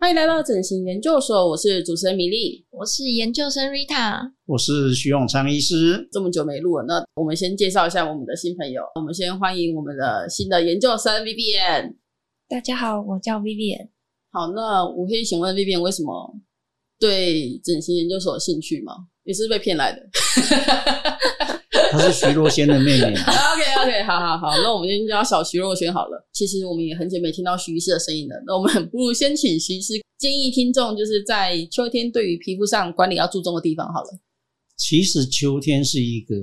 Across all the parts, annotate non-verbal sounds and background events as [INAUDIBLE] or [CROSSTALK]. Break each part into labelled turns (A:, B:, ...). A: 欢迎来到整形研究所，我是主持人米粒。
B: 我是研究生 Rita，
C: 我是徐永昌医师。
A: 这么久没录了，那我们先介绍一下我们的新朋友。我们先欢迎我们的新的研究生 Vivian。
B: 大家好，我叫 Vivian。
A: 好，那我可以请问 Vivian 为什么对整形研究所有兴趣吗？你是不是被骗来
C: [LAUGHS]
A: 的。
C: 她是徐若瑄的妹妹
A: ？OK OK，好好好，那我们今天叫小徐若瑄好了。其实我们也很久没听到徐医师的声音了，那我们不如先请徐医师建议听众，就是在秋天对于皮肤上管理要注重的地方好了。
C: 其实秋天是一个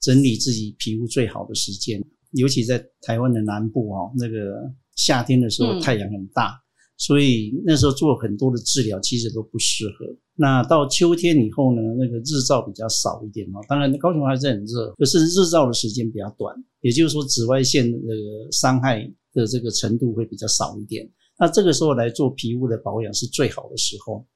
C: 整理自己皮肤最好的时间，尤其在台湾的南部哦，那个夏天的时候
A: 嗯
C: 太阳很大，所以那时候做很多的治疗其实都不适合。那到秋天以后呢，那个日照比较少一点哦，当然高雄还是很热，可是日照的时间比较短，也就是说紫外线的伤害的这个程度会比较少一点。那这个时候来做皮肤的保养是最好的时候。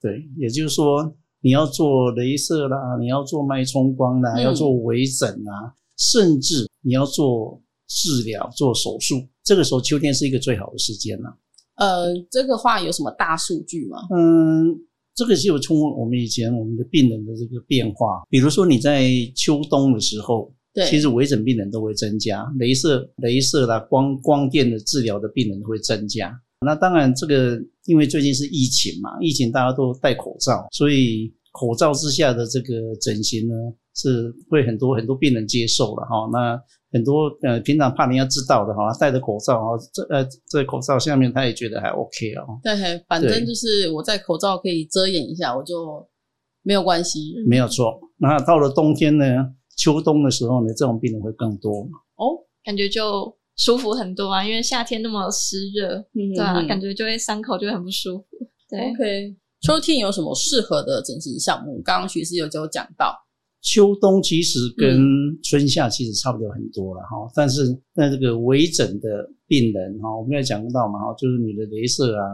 C: 对，也就是说你要做镭射啦，你要做脉冲光啦，
A: 嗯
C: 要做微整啊，甚至你要做治疗、做手术，这个时候秋天是一个最好的时间啦。
A: 呃，这个话有什么大数据吗？
C: 嗯，这个就从我们以前我们的病人的这个变化，比如说你在秋冬的时候，
A: 对，
C: 其实微整病人都会增加，镭射、镭射啦、光光电的治疗的病人都会增加。那当然，这个因为最近是疫情嘛，疫情大家都戴口罩，所以口罩之下的这个整形呢，是会很多很多病人接受了哈。那很多呃，平常怕人家知道的哈，戴着口罩哈，这呃这口罩下面他也觉得还 OK 了哦，
A: 对，反正
C: 对
A: 就是我在口罩可以遮掩一下，我就没有关系。
C: 没有错。那到了冬天呢，秋冬的时候呢，这种病人会更多。
B: 哦，感觉就舒服很多啊，因为夏天那么湿热，
A: 嗯
B: 对啊，
A: 嗯
B: 感觉就会伤口就会很不舒服。对，
A: OK。秋天有什么适合的整形项目？刚刚徐师有就有讲到，
C: 秋冬其实跟春夏其实差不了很多了哈、但是那这个微整的病人哈，我们有讲到嘛哈，就是你的镭射啊、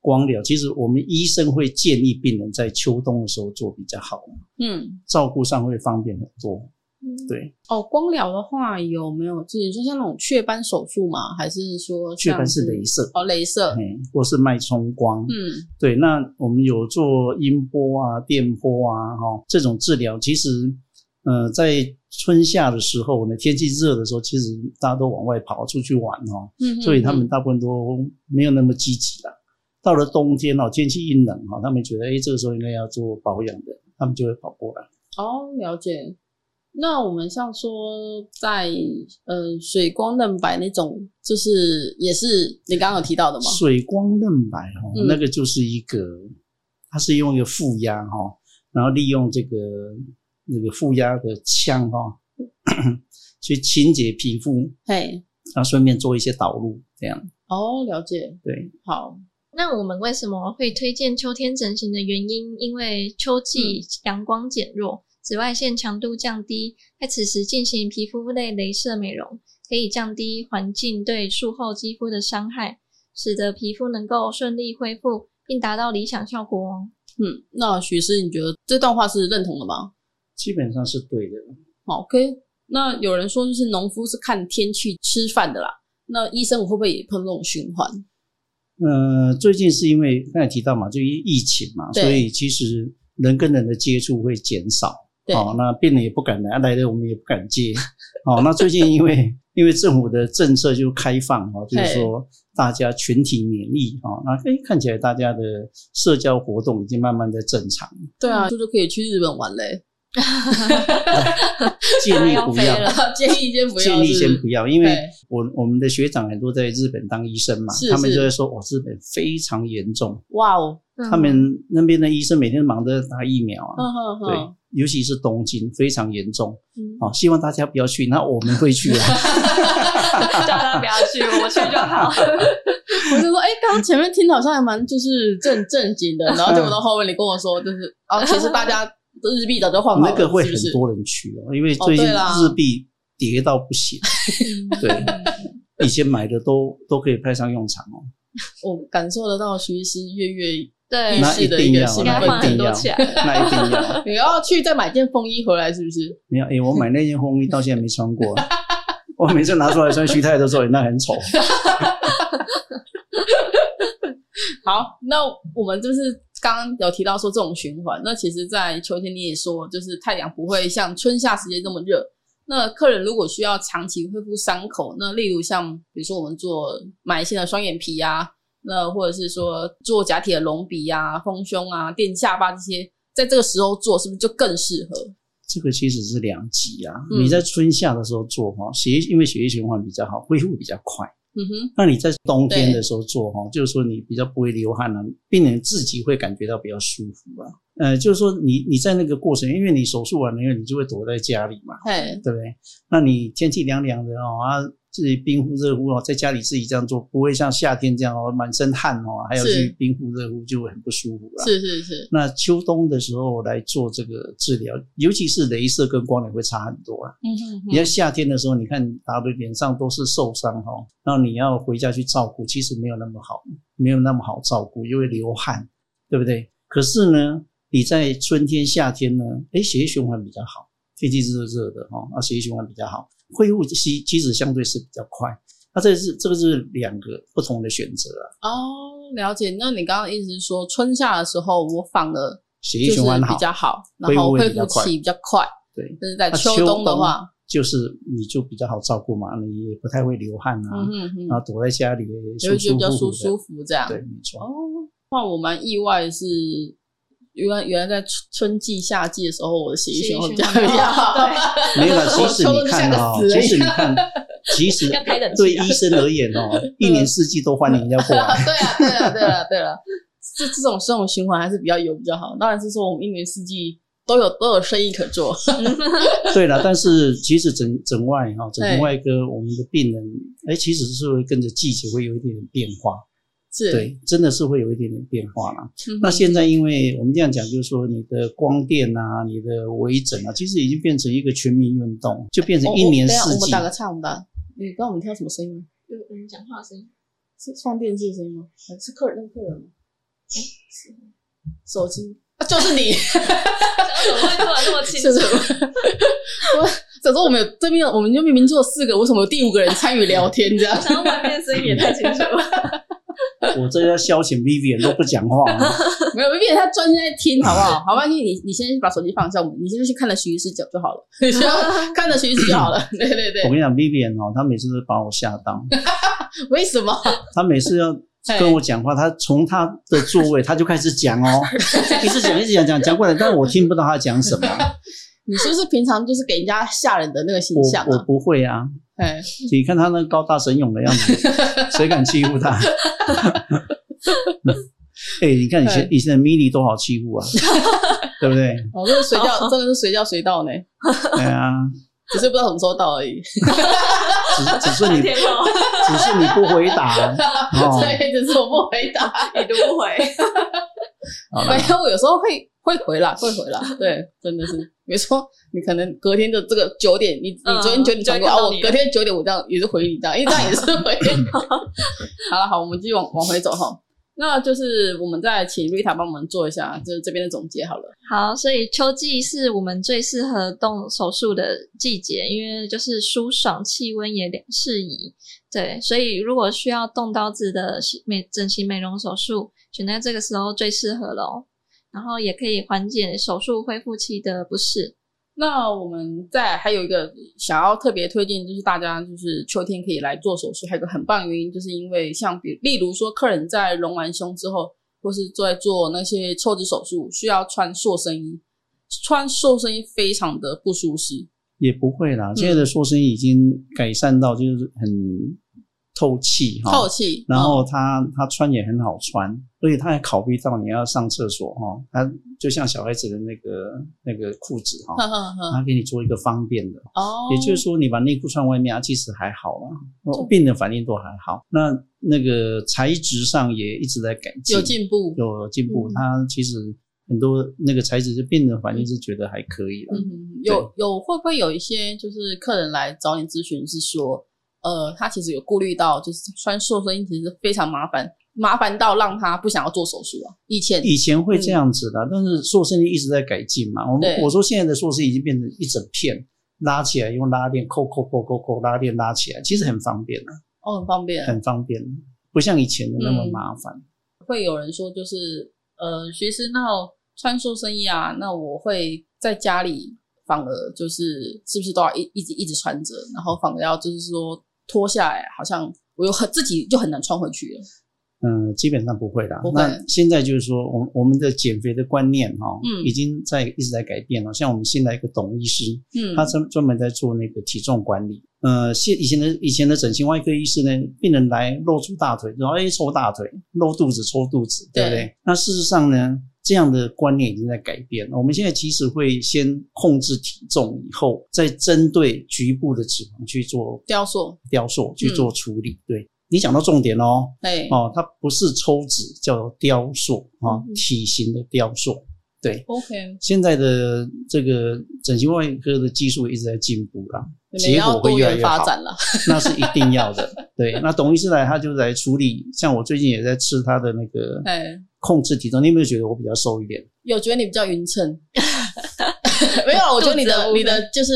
C: 光疗，其实我们医生会建议病人在秋冬的时候做比较好，
A: 嗯，
C: 照顾上会方便很多。
B: 嗯
C: 对，
A: 哦，光疗的话有没有？就是你说像那种雀斑手术吗？还是说
C: 雀
A: 像
C: 斑是镭射，
A: 哦，镭射，
C: 嗯，或是脉冲光，
A: 嗯
C: 对，那我们有做音波啊、电波啊，哈、这种治疗，其实，呃，在春夏的时候呢，天气热的时候，其实大家都往外跑出去玩哦，
A: 嗯，
C: 所以他们
A: 嗯
C: 大部分都没有那么积极了。到了冬天哦，天气一冷哈，他们觉得哎，这个时候应该要做保养的，他们就会跑过来。
A: 哦，了解。那我们像说在呃水光嫩白那种，就是也是你刚刚有提到的吗？
C: 水光嫩白哈、
A: 嗯
C: 那个就是一个，它是用一个负压哈、然后利用这个那个负压的腔哈、 [CLEARS THROAT] 去清洁皮肤，
A: 嘿，
C: 然后顺便做一些导入，这样
A: 哦，了解，
C: 对。
A: 好，
B: 那我们为什么会推荐秋天整形的原因？因为秋季阳光减弱，紫外线强度降低，在此时进行皮肤类镭射美容，可以降低环境对术后肌肤的伤害，使得皮肤能够顺利恢复，并达到理想效果哦。
A: 嗯，那许师，你觉得这段话是认同的吗
C: 基本上是对的，
A: 好？OK，那有人说就是农夫是看天气吃饭的啦，那医生我会不会也碰这种循环？
C: 呃，最近是因为刚才提到嘛，就疫疫情嘛，
A: 对
C: 所以其实人跟人的接触会减少。
A: 对，
C: 哦，那病人也不敢来，啊来了我们也不敢接。哦，那最近因为因为政府的政策就开放哦，就是说大家群体免疫哦，那哎看起来大家的社交活动已经慢慢在正常，
A: 对啊，就是可以去日本玩
C: [LAUGHS]
A: 嘞。
C: 建
A: [LAUGHS]
C: 议
B: 要
C: 不
B: 飞
C: 要
B: 了。
A: 建议先不要，
C: 建议先不
A: 要，
C: 要，因为
A: 对
C: 我我们的学长很多在日本当医生嘛，
A: 是
C: 他们
A: 是
C: 就在说，哦，日本非常严重，
A: 哇哦，
B: 嗯
C: 他们那边的医生每天忙着打疫苗啊，
A: 嗯哼
C: 对
A: 哼，，
C: 尤其是东京非常严重，
B: 嗯
C: 哦，希望大家不要去，那我们会去啊。
B: [LAUGHS] 叫他不要去，我去就 [LAUGHS] 好。
A: 我就说，哎、刚刚前面听的好像还蛮就是正正经的，
C: [LAUGHS]
A: 然后结果到后面你跟我说，就是哦，其实大家日币早就哦换好了，
C: 那个会很
A: 是不是
C: 多人去哦，因为最近
A: 哦对啦
C: 日币跌到不行，
B: 嗯
C: 对，以前买的都都可以派上用场哦。
A: 我感受得到，徐医师跃跃，
B: 对
A: 意，
C: 那
A: 识
C: 一
A: 的一
C: 定
A: 个
C: 要，
A: 是
B: 应该换
C: 那一
B: 很
C: 定
B: 多
C: 要，
B: 钱。
C: 那一定要。
A: 你要去再买件风衣回来，是不是？
C: 你看，诶，我买那件风衣到现在没穿过，我每次拿出来穿，徐太太都说诶那很丑。
A: 好，那我们就是刚刚有提到说这种循环，那其实，在秋天你也说，就是太阳不会像春夏时节这么热。那客人如果需要长期恢复伤口，那例如像比如说我们做埋线的双眼皮啊，那或者是说做假体的隆鼻啊、丰胸啊、垫下巴这些，在这个时候做是不是就更适合？
C: 这个其实是两极啊。
A: 嗯
C: 你在春夏的时候做哈，血液因为血液循环比较好，恢复比较快。
A: 嗯哼，
C: 那你在冬天的时候做哈，就是说你比较不会流汗啊，病人自己会感觉到比较舒服啊。呃，就是说你你在那个过程，因为你手术完了以后，你就会躲在家里嘛，
A: 嘿，
C: 对不对？那你天气凉凉的哦，啊，自己冰敷热敷哦，在家里自己这样做，不会像夏天这样哦，满身汗哦，还有
A: 是
C: 去冰敷热敷就会很不舒服啦。啊
A: 是是是，
C: 那秋冬的时候来做这个治疗，尤其是镭射跟光疗会差很多啊。
A: 嗯哼
C: 你在夏天的时候，你看大家的脸上都是受伤哦，然后你要回家去照顾，其实没有那么好，没有那么好照顾，因为流汗，对不对？可是呢，你在春天、夏天呢，诶，血液循环比较好，天气热热的哈、哦，啊，血液循环比较好，恢复其其实相对是比较快。那这是这个是两个不同的选择啊，
A: 哦，了解。那你刚刚意思是说，春夏的时候我反而
C: 血
A: 就
C: 液
A: 是
C: 循环好
A: 比，较好，然
C: 恢复
A: 后
C: 会
A: 恢
C: 比
A: 复
C: 较快
A: 期比较快，
C: 对。
A: 但是在
C: 那
A: 秋冬的话，，
C: 就是你就比较好照顾嘛，你也不太会流汗啊，
A: 嗯哼哼，
C: 然后躲在家里也
A: 就会
C: 舒
A: 觉得
C: 舒
A: 比较
C: 服
A: 舒
C: 服的
A: 舒服这样。
C: 对，没错。
A: 哦，那我蛮意外的是，原来原来在春春季、夏季的时候，我的血液循环比较
B: 血液循环
A: 好。
C: 没有啦，其
A: 我
C: 实
A: 抽
C: 你
A: 得
C: 看
A: 像个
C: 哈、
A: 死人
C: 其实你看，
A: [LAUGHS]
C: 其实
B: 要开冷
C: 对
B: 气啊
C: 医生而言哦、一年四季都欢迎人家过来。
A: [LAUGHS] 对啊，对啊，对啊，对啊，这这种这种循环还是比较有比较好。当然是说我们一年四季都有都有生意可做。 [LAUGHS]
C: 对了，但是其实整整外哈、整
A: 对
C: 形外科我们的病人，哎，其实是会跟着季节会有一点点变化。
A: 是，
C: 对，真的是会有一点点变化啦。
A: 嗯哼
C: 那现在因为我们这样讲，就是说你的光电啊，你的微整啊，其实已经变成一个全民运动，就变成一年
A: 哦我等一下我
C: 四
A: 们
C: 季。
A: 打个岔，我们打。你刚刚我们听到什么声音吗？
B: 有有人讲话的声 [LAUGHS] 音，
A: 是放电视的声音吗？还呃是客人？那个客人吗？哎、是手机啊，就是 [LAUGHS] 你。
B: 怎么会突然这么清
C: [LAUGHS]
A: 是什么？我想说我们有这边有，我们就明明做四个，为什么有第五个人参与聊天这 [LAUGHS] 样？
B: 然后外面声音也太清楚了，
C: 我这要消遣 Vivian 都不讲话啊了。
A: 没有，毕竟他专心在听，好不好？好吧，你你你先把手机放下，我们你先去看了徐医师讲就好了， [LAUGHS] 你先
C: 啊
B: [LAUGHS]
A: 看了徐医师就好了。 [LAUGHS] 对 [LAUGHS] 对
C: 我
A: 对，
C: 跟你讲，Vivian 哦，她每次都把我吓到。
A: 为什么？
C: 他每次要跟我讲话，他从他的座位他就开始讲哦，一直讲一直讲讲讲过来，但我听不到他讲什么。
A: 你是不是平常就是给人家吓人的那个形象
C: 我我
A: 啊？
C: 不会啊，
A: 哎，
C: 你看他那高大神勇的样子，谁敢欺负他？ [LAUGHS] 哎、你看以前
A: 哎
C: 以前的 mini 多好欺负啊，对不对？
A: 哦，这个随叫真的是随叫随到呢，
C: 对啊，
A: 只是不知道什么时候到而已。
C: 只只是
B: [LAUGHS]
C: 你
B: 天哦，
C: 只是你不回
A: [LAUGHS]
C: 答，哦
A: 对，只是我不回答。
B: 已读不回。
C: 好
A: 没
C: 了，
A: 有，我有时候会会回啦，会回啦。对，真的是没错。你可能隔天的这个九点，你你
B: 嗯
A: 昨天九点传过
B: 就会看
A: 啊，
B: 到
A: 我
B: 你
A: 隔天九点我这样也是回你这样，因为这样也是回。好了，好，我们继续往往回走哈。那就是我们再请 Rita 帮我们做一下，就是这边的总结好了。
B: 好，所以秋季是我们最适合动手术的季节，因为就是舒爽，气温也良适宜。对，所以如果需要动刀子的美整形美容手术，选在这个时候最适合咯。然后也可以缓解手术恢复期的不适。
A: 那我们再还有一个想要特别推荐，就是大家就是秋天可以来做手术，还有一个很棒的原因，就是因为像比例如说客人在隆完胸之后，或是在做那些抽脂手术，需要穿塑身衣，穿塑身衣非常的不舒适。
C: 也不会啦。现在的塑身已经改善到就是很透气哈，
A: 透气，嗯
C: 然后它它穿也很好穿，而且它还考虑到你要上厕所哈、哦，它就像小孩子的那个那个裤子哈、
A: 呵呵呵，
C: 它给你做一个方便的，
A: 嗯哦，
C: 也就是说你把内裤穿外面啊，其实还好啦，哦病人反应都还好。那那个材质上也一直在改进，
A: 有进步，
C: 有进步
B: 嗯
C: 它其实很多那个材质是病人反应是觉得还可以了。
A: 嗯，有有会不会有一些就是客人来找你咨询是说，呃，他其实有顾虑到就是穿塑身衣其实非常麻烦，麻烦到让他不想要做手术啊。以前
C: 以前会这样子的，但是塑身衣一直在改进嘛。我
A: 嗯对
C: 们我说现在的塑身已经变成一整片，拉起来用拉链扣扣扣扣扣拉链拉起来，其实很方便的，
A: 哦很方便，嗯
C: 很方便，不像以前的那么麻烦。
A: 会有人说，就是呃，其实那穿塑身衣啊，那我会在家里反而就是是不是都要一一直一直穿着，然后反而要就是说脱下来，好像我有很自己就很难穿回去了。
C: 嗯，基本上不会啦。
A: 不会
C: 那现在就是说，我们我们的减肥的观念哈、哦，
A: 嗯
C: 已经在一直在改变了。像我们新来一个董医师，
A: 嗯，
C: 他专专门在做那个体重管理。呃，现以前的以前的整形外科医师呢，病人来露出大腿，然后哎抽大腿，露肚子抽肚子，对不对？那事实上呢，这样的观念已经在改变。我们现在其实会先控制体重，以后再针对局部的脂肪去做
A: 雕塑，
C: 雕塑去做处理。对你讲到重点哦，
A: 哎，
C: 哦，它不是抽脂，叫雕塑啊、哦
B: 嗯，
C: 体型的雕塑。对，
A: OK，
C: 现在的这个整形外科的技术一直在进步啦， [LAUGHS]
A: 你们
C: 结
A: 要
C: 果会
A: 多
C: 越来
A: 元
C: 越
A: 发
C: 好，
A: 展了。
C: 那是一定要的。对，那董医师来，他就来处理。像我最近也在吃他的那个
A: 哎，
C: 控制体重，你有没有觉得我比较瘦一点？
A: 有觉得你比较匀
B: [LAUGHS]
A: 称，没有啊？我觉得你
B: 肚子的
A: 的
B: 部分
A: 你的就是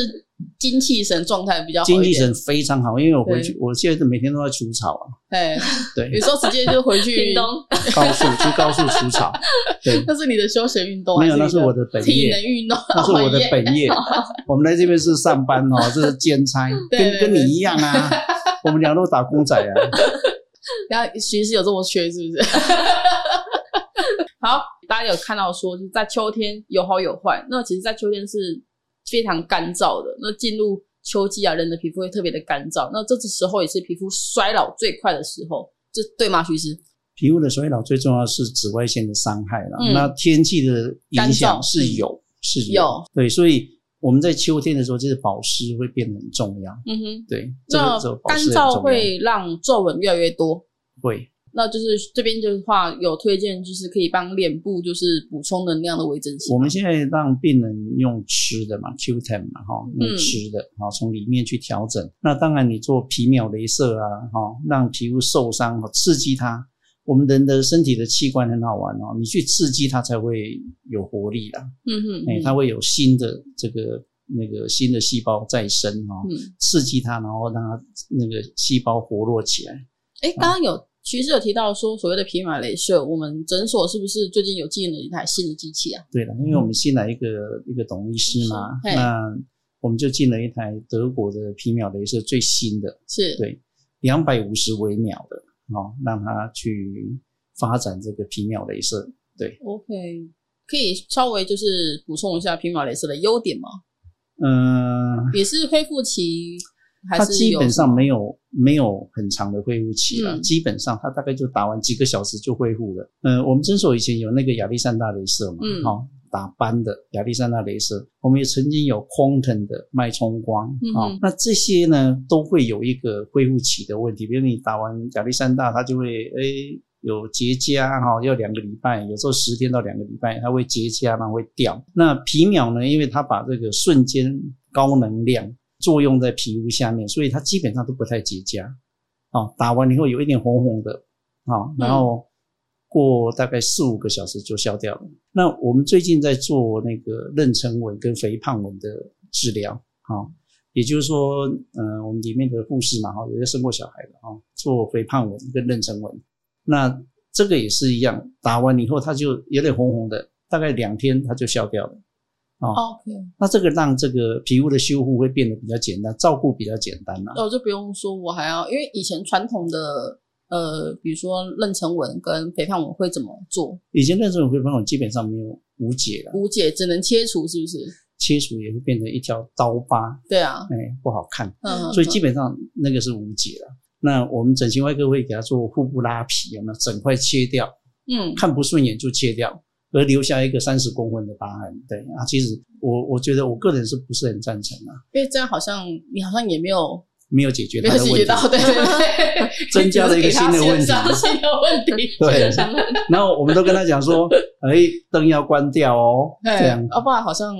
A: 精气神状态比较好一
C: 精
A: 点
C: 气，神非常好，因为我回去
A: 对，
C: 我现在每天都在除草啊，
A: 哎， [LAUGHS] 有
C: 对，
A: 时候直接就
B: [LAUGHS]
A: 回去
B: 屏，东
C: 高速去高速除草，
A: [LAUGHS]
C: 对，
A: 那是你的休闲运动，
C: 没有，
A: 还
C: 那
A: 是
C: 是
A: 你
C: 我的本
A: 体
C: 业
A: 能。运动，啊
C: 那是我的
A: 耶
C: 本业。
A: [LAUGHS]
C: 我们来这边是上班哦，这是兼差，
A: 对
C: 跟
A: 对
C: 跟
A: 对
C: 你一样啊。我们俩都打工仔啊。
A: 然后其实有这么缺，是不
B: [LAUGHS]
A: 是？好，大家有看到说，就是在秋天有好有坏。那其实，在秋天是非常干燥的。那进入秋季啊，人的皮肤会特别的干燥。那这时候也是皮肤衰老最快的时候，这对吗？徐师？
C: 皮肤的衰老最重要是紫外线的伤害了，
A: 嗯
C: 那天气的影响是有是
A: 有
C: 对，所以我们在秋天的时候，就是保湿会变得很重要。
A: 嗯哼，
C: 对，这
A: 那
C: 个这个保
A: 干
C: 湿很重
A: 燥
C: 要
A: 会让皱纹越来越多。
C: 会
A: 那就是这边的话，有推荐就是可以帮脸部就是补充能量的维珍素。
C: 我们现在让病人用吃的嘛，Q10 嘛，哈、
A: 嗯
C: 用吃的，哈、从里面去调整。那当然，你做皮秒镭射啊，哈、让皮肤受伤，哈刺激它。我们人的身体的器官很好玩哦，你去刺激它才会有活力啦，
A: 嗯哼，
C: 哎、它会有新的这个那个新的细胞再生哦，
A: 嗯。
C: 刺激它，然后让它那个细胞活络起来。
A: 哎，刚刚有其实有提到说所谓的皮秒镭射，我们诊所是不是最近有进了一台新的机器啊？
C: 对了，因为我们新来一个一个董医师嘛，
A: 是嘿
C: 那我们就进了一台德国的皮秒镭射最新的，
A: 是，
C: 对，两百五十微秒的哦，让它去发展这个皮秒镭射。
A: ，OK，可以稍微就是补充一下皮秒镭射的优点吗？
C: 嗯、
A: 也是恢复期还
C: 它
A: 是
C: 基
A: 有？
C: 本上没有没有很长的恢复期了，
A: 嗯
C: 基本上它大概就打完几个小时就恢复了。嗯、我们诊所以前有那个亚历山大镭射嘛，
A: 嗯
C: 好、打斑的亚历山大镭射，我们也曾经有 Quantum 的脉冲光
A: 嗯
C: 啊、
A: 哼
C: 那这些呢都会有一个恢复期的问题，比如你打完亚历山大，它就会诶。有结痂哈、要两个礼拜，有时候十天到两个礼拜，它会结痂，然后会掉。那皮秒呢，因为它把这个瞬间高能量作用在皮肤下面，所以它基本上都不太结痂。哦，打完以后有一点红红的，哦，然后过大概四五个小时就消掉了。那我们最近在做那个妊娠纹跟肥胖纹的治疗，哦，也就是说，呃，我们里面的护士嘛，哈、有些生过小孩的哦，做肥胖纹跟妊娠纹，那这个也是一样，打完以后它就有点红红的，大概两天它就消掉了。
A: OK，
C: 那这个让这个皮肤的修复会变得比较简单，照顾比较简单啦、
A: 那我哦就不用说，我还要因为以前传统的呃，比如说妊娠纹跟肥胖纹会怎么做？
C: 以前那种肥胖我基本上没有无解了，
A: 无解只能切除，是不是？
C: 切除也会变成一条刀疤，
A: 对啊，
C: 哎，不好看，
A: 嗯，
C: 所以基本上那个是无解了。那我们整形外科会给它做腹部拉皮，有没有整块切掉？
A: 嗯
C: 看不顺眼就切掉，而留下一个三十公分的疤痕。对啊，其实我我觉得我个人是不是很赞成啊？
A: 因为这样好像你好像也没有
C: 没有解决
A: 没
C: 它
A: 有
C: 的
A: 解
C: 问
A: 决
C: 题，
A: 到，对对对，
C: [LAUGHS] 增加了一个新的问题
A: 只是给他线上新的问题，
C: 对，
B: 想了
C: [LAUGHS] 然后我们都跟他讲说，哎，灯要关掉哦，这样
A: 对，要不然好像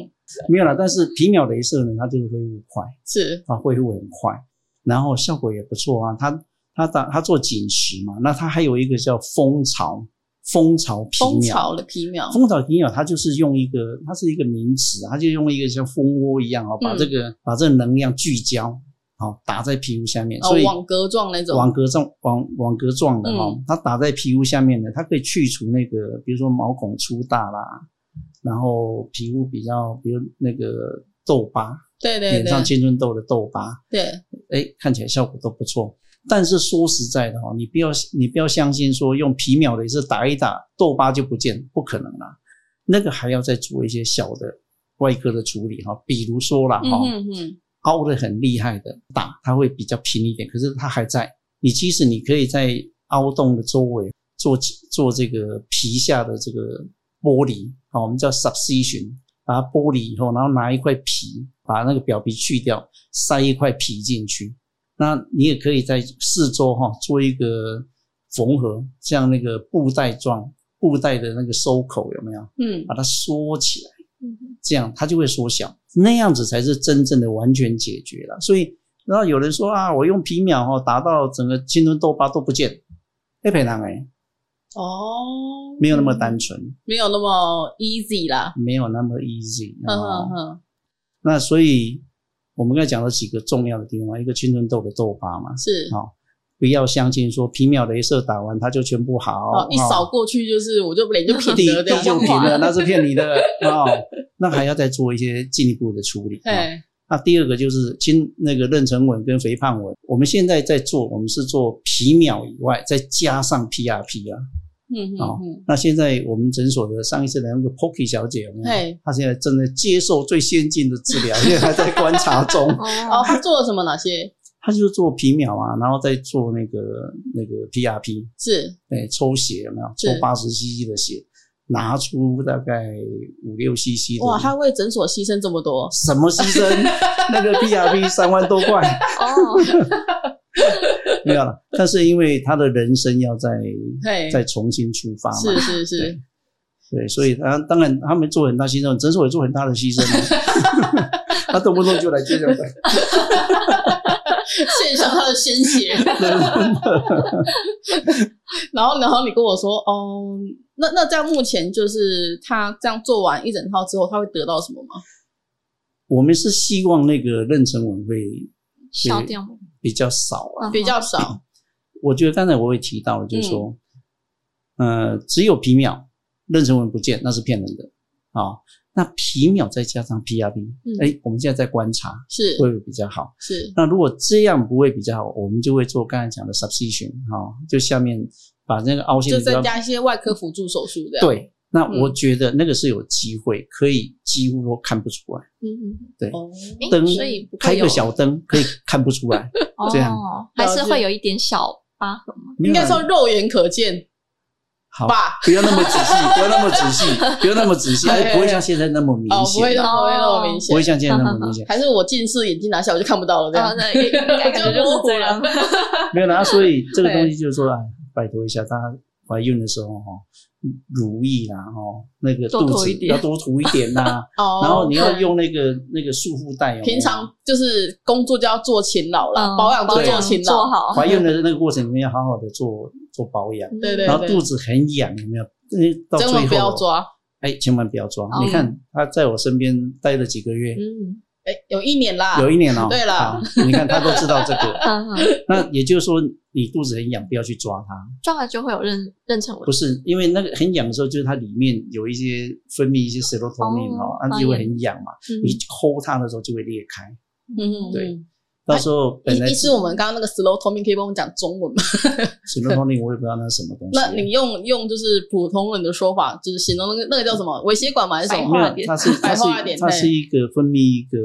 C: 没有啦。但是皮秒镭射呢，它就是恢复快
A: 是
C: 啊，恢复很快，然后效果也不错啊。它它打它做紧实嘛，那它还有一个叫蜂巢蜂巢皮
A: 蜂
C: 秒。
A: 巢的皮秒，
C: 蜂巢皮秒，它就是用一个，啊它是一个名词，它就用一个像蜂窝一样哦，把
A: 嗯
C: 这个、把这个能量聚焦好打在皮肤下面，
A: 哦
C: 所以
A: 网格状那种
C: 网格状网网格状的哈
A: 嗯，
C: 它打在皮肤下面的，它可以去除那个，比如说毛孔粗大啦，然后皮肤比较，比如那个痘疤，
A: 对对
C: 脸
A: 对
C: 上青春痘的痘疤，
A: 对，
C: 哎，看起来效果都不错。但是说实在的哈，你不要你不要相信说用皮秒的也是打一打痘疤就不见，不可能啦。那个还要再做一些小的外科的处理哈，比如说啦
A: 嗯
C: 哈，
A: 哼哼，
C: 凹的很厉害的打，它会比较平一点，可是它还在。你即使你可以在凹洞的周围做做这个皮下的这个剥离，啊，我们叫 subcision，把它剥离以后，然后拿一块皮把那个表皮去掉，塞一块皮进去。那你也可以在四周哈、做一个缝合，像那个布袋状，布袋的那个收口有没有？
A: 嗯
C: 把它缩起来。
B: 嗯
C: 这样它就会缩小，那样子才是真正的完全解决了。所以，然后有人说啊，我用皮秒哦，达到整个青春痘疤都不见，哎，赔糖哎，
A: 哦，
C: 没有那么单纯，
A: 没有那么 easy 啦，嗯
C: 没有那么 easy
A: 哼哼
C: 哦。
A: 哼，
C: 那所以我们刚才讲了几个重要的地方，一个青春痘的痘疤嘛，
A: 是
C: 好不要相信说皮秒镭射打完它就全部好，
A: 哦，一扫
C: 哦
A: 过去就是我就脸
C: [LAUGHS]
A: 就平
C: 地
A: 了，这
C: 地
A: 样
C: 就平
A: [LAUGHS]
C: 了，
A: 那
C: 那是骗你的哦。那还要再做一些进一步的处理。哦
A: 哎，
C: 那第二个就是经那个妊娠纹跟肥胖纹，我们现在在做，我们是做皮秒以外，再加上 PRP 啊。
A: 嗯
C: 哦
A: 哼哼，
C: 那现在我们诊所的上一次来那个 Pocky 小姐有没有
A: 嘿？
C: 她现在正在接受最先进的治疗，现在还在观
A: [LAUGHS]
C: 察中。
A: 哦，
B: 哦，
A: 他做了什么？哪些
C: 她就是做皮秒啊，然后再做那个那个 PRP，
A: 是？
C: 哎，抽血有没有？
A: 是
C: 抽八十 cc 的血，拿出大概五六 cc 的。
A: 哇，他为诊所牺牲这么多，
C: 什么牺牲？那个 PRP 三万多块。
B: 哦，
C: 没有了。但是因为他的人生要再
A: 嘿，
C: 再重新出发
A: 哎是
C: 嘛，
A: 是是，
C: 对，所以他当然他们做很大牺牲，诊所也做很大的牺牲啊。 [LAUGHS] 他动不动就来接诊，
A: [LAUGHS] 献上他的鲜血。 [LAUGHS] 然后，然后你跟我说，哦，那那这样目前就是他这样做完一整套之后，他会得到什么吗？
C: [LAUGHS] 我们是希望那个妊娠纹会
B: 笑掉吗？
C: 比较少啊。
B: 嗯
A: 比较少，
C: 我觉得刚才我也提到了，就是说，呃，只有皮秒妊娠纹不见，那是骗人的啊、那皮秒再加上 PRP，
B: 嗯
C: 哎、我们现在在观察
A: 是
C: 会不会比较好？
A: 是，
C: 那如果这样不会比较好，我们就会做刚才讲的 subcision 哈、就下面把那个凹陷
A: 就
C: 的地
A: 再
C: 方
A: 加一些外科辅助手术这样。
C: 对。那
A: 嗯
C: 我觉得那个是有机会，可以几乎都看不出来，
B: 嗯嗯，
A: 哦，
B: 诶
C: 灯
B: 所以不
C: 开
B: 会有
C: 个小灯可以看不
A: [LAUGHS]
C: 出来，这样
B: 哦，还是会有一点小疤痕吗？
C: 没
A: 应
C: 有
A: 该
C: 啦
A: 说肉眼可见
C: 好，
A: 吧？
C: 不要那么仔
A: [LAUGHS]
C: 细，不要那么仔细，不要那么仔细，
A: 哎
C: 哎不会像现在那么明
A: 哦，不会
C: 显，哦
A: 那么不会那么明
C: 不会
A: 显，
C: 像现在那么
A: [LAUGHS]
C: 明显，
A: 还是我近视眼睛拿下我就看不到了这
B: 哦，
A: 样。
B: 对，应
A: [LAUGHS]
B: 该感觉就是这 [LAUGHS] 样。
C: 没有啦。所以这个东西就是说，哎，拜托一下，大家怀孕的时候哈，乳液啦，哦，那个
B: 多
C: 肚
B: 涂
C: 子
B: 一点
C: 要多涂一点
A: [LAUGHS]
C: 啦，
A: 哦，
C: 然后你要用那个那个束缚带，有没有
A: 平常哦就是工作就要做勤劳啦，
B: 嗯
A: 保养都
B: 保
A: 做
B: 养
A: 勤
B: 做
A: 劳。
B: 好，
C: 怀孕的那个过程里面要好好的做做保养，
B: 嗯
A: 对对
C: 然后肚子很痒，有没有？那到
A: 真
C: 最
A: 的
C: 后
A: 不要，抓。
C: 哎，千万不要抓。
B: 嗯
C: 你看她在我身边待了几个月，
B: 嗯
A: 哎，有一年啦，
C: 有一年哦，
A: 对啦
C: 好，你看她都知道这个。
A: [LAUGHS]
B: 嗯嗯，
C: 那也就是说，你肚子很痒，不要去抓它，
B: 抓了就会有妊妊娠纹
C: 不。是因为那个很痒的时候，就是它里面有一些分泌一些 serotonin
B: 哦
C: 哦，它就会很痒嘛。
B: 嗯
C: 你抠它的时候就会裂开，
A: 嗯，嗯，
C: 对
A: 嗯。
C: 到时候本来
A: 医医 [LAUGHS] 师，我们刚刚那个 slow t o m i n 可以帮我们讲中文吗？
C: serotonin 我也不知道那是什么东西。
A: 那你用用就是普通人的说法，就是形容那个那个叫什么微血管吗？还是什
B: 白
A: 么
C: 没
B: 化？
C: 有，它是它
A: 白
C: 是
A: 话一点
C: 它是
A: 对
C: 一个分泌一个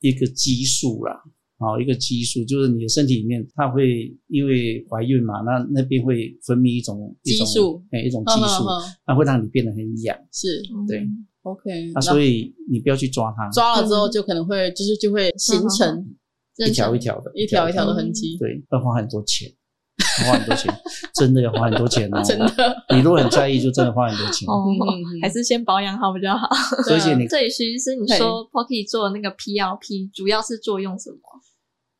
C: 一个激素啦，啊，一个激素就是你的身体里面，它会因为怀孕嘛，那那边会分泌一种一种
A: 激素，
C: 哎、一种激
A: 嗯
C: 素，
A: 嗯嗯
C: 它会让你变得很痒，
A: 是
B: 嗯
C: 对，
A: OK。
C: 那
A: 然后
C: 所以你不要去抓它，
A: 抓了之后就可能会就是就会形
B: 嗯
A: 成
C: 一条一条的，
A: 一条一条
B: 的
A: 的痕迹，
C: 对，要花很多钱。要花很
A: [LAUGHS]
C: 多钱，真的要花很多钱哦！
A: 真的。
C: 你如果很在意，就真的花很多钱。
B: 哦
A: 嗯嗯嗯，
B: 还是先保养好比较好。
C: 所以
A: [LAUGHS]
C: 你
B: 这里徐医师，你说 Pocky 做的那个 PRP 主要是作用什么？